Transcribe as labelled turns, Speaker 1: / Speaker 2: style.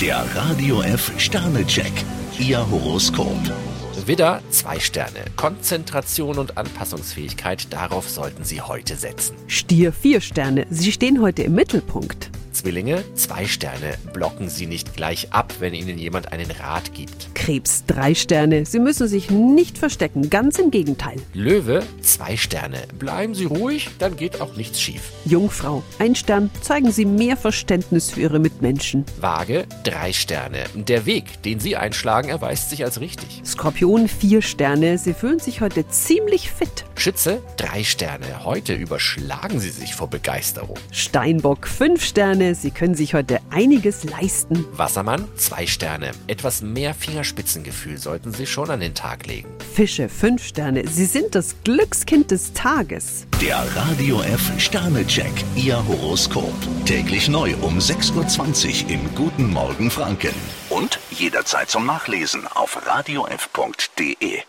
Speaker 1: Der Radio F Sternecheck, Ihr Horoskop.
Speaker 2: Widder, zwei Sterne. Konzentration und Anpassungsfähigkeit, darauf sollten Sie heute setzen.
Speaker 3: Stier vier Sterne. Sie stehen heute im Mittelpunkt.
Speaker 2: Zwillinge, zwei Sterne. Blocken Sie nicht gleich ab, wenn Ihnen jemand einen Rat gibt.
Speaker 3: Krebs drei Sterne. Sie müssen sich nicht verstecken, ganz im Gegenteil.
Speaker 2: Löwe, zwei Sterne. Bleiben Sie ruhig, dann geht auch nichts schief.
Speaker 3: Jungfrau ein Stern. Zeigen Sie mehr Verständnis für Ihre Mitmenschen.
Speaker 2: Waage, drei Sterne. Der Weg, den Sie einschlagen, erweist sich als richtig.
Speaker 3: Skorpion vier Sterne. Sie fühlen sich heute ziemlich fit.
Speaker 2: Schütze, drei Sterne. Heute überschlagen Sie sich vor Begeisterung.
Speaker 3: Steinbock fünf Sterne. Sie können sich heute einiges leisten.
Speaker 2: Wassermann, zwei Sterne. Etwas mehr Fingerspitzengefühl sollten Sie schon an den Tag legen.
Speaker 3: Fische fünf Sterne. Sie sind das Glückskind des Tages.
Speaker 1: Der Radio F Sternecheck, Ihr Horoskop. Täglich neu um 6.20 Uhr im Guten Morgen Franken. Und jederzeit zum Nachlesen auf radiof.de.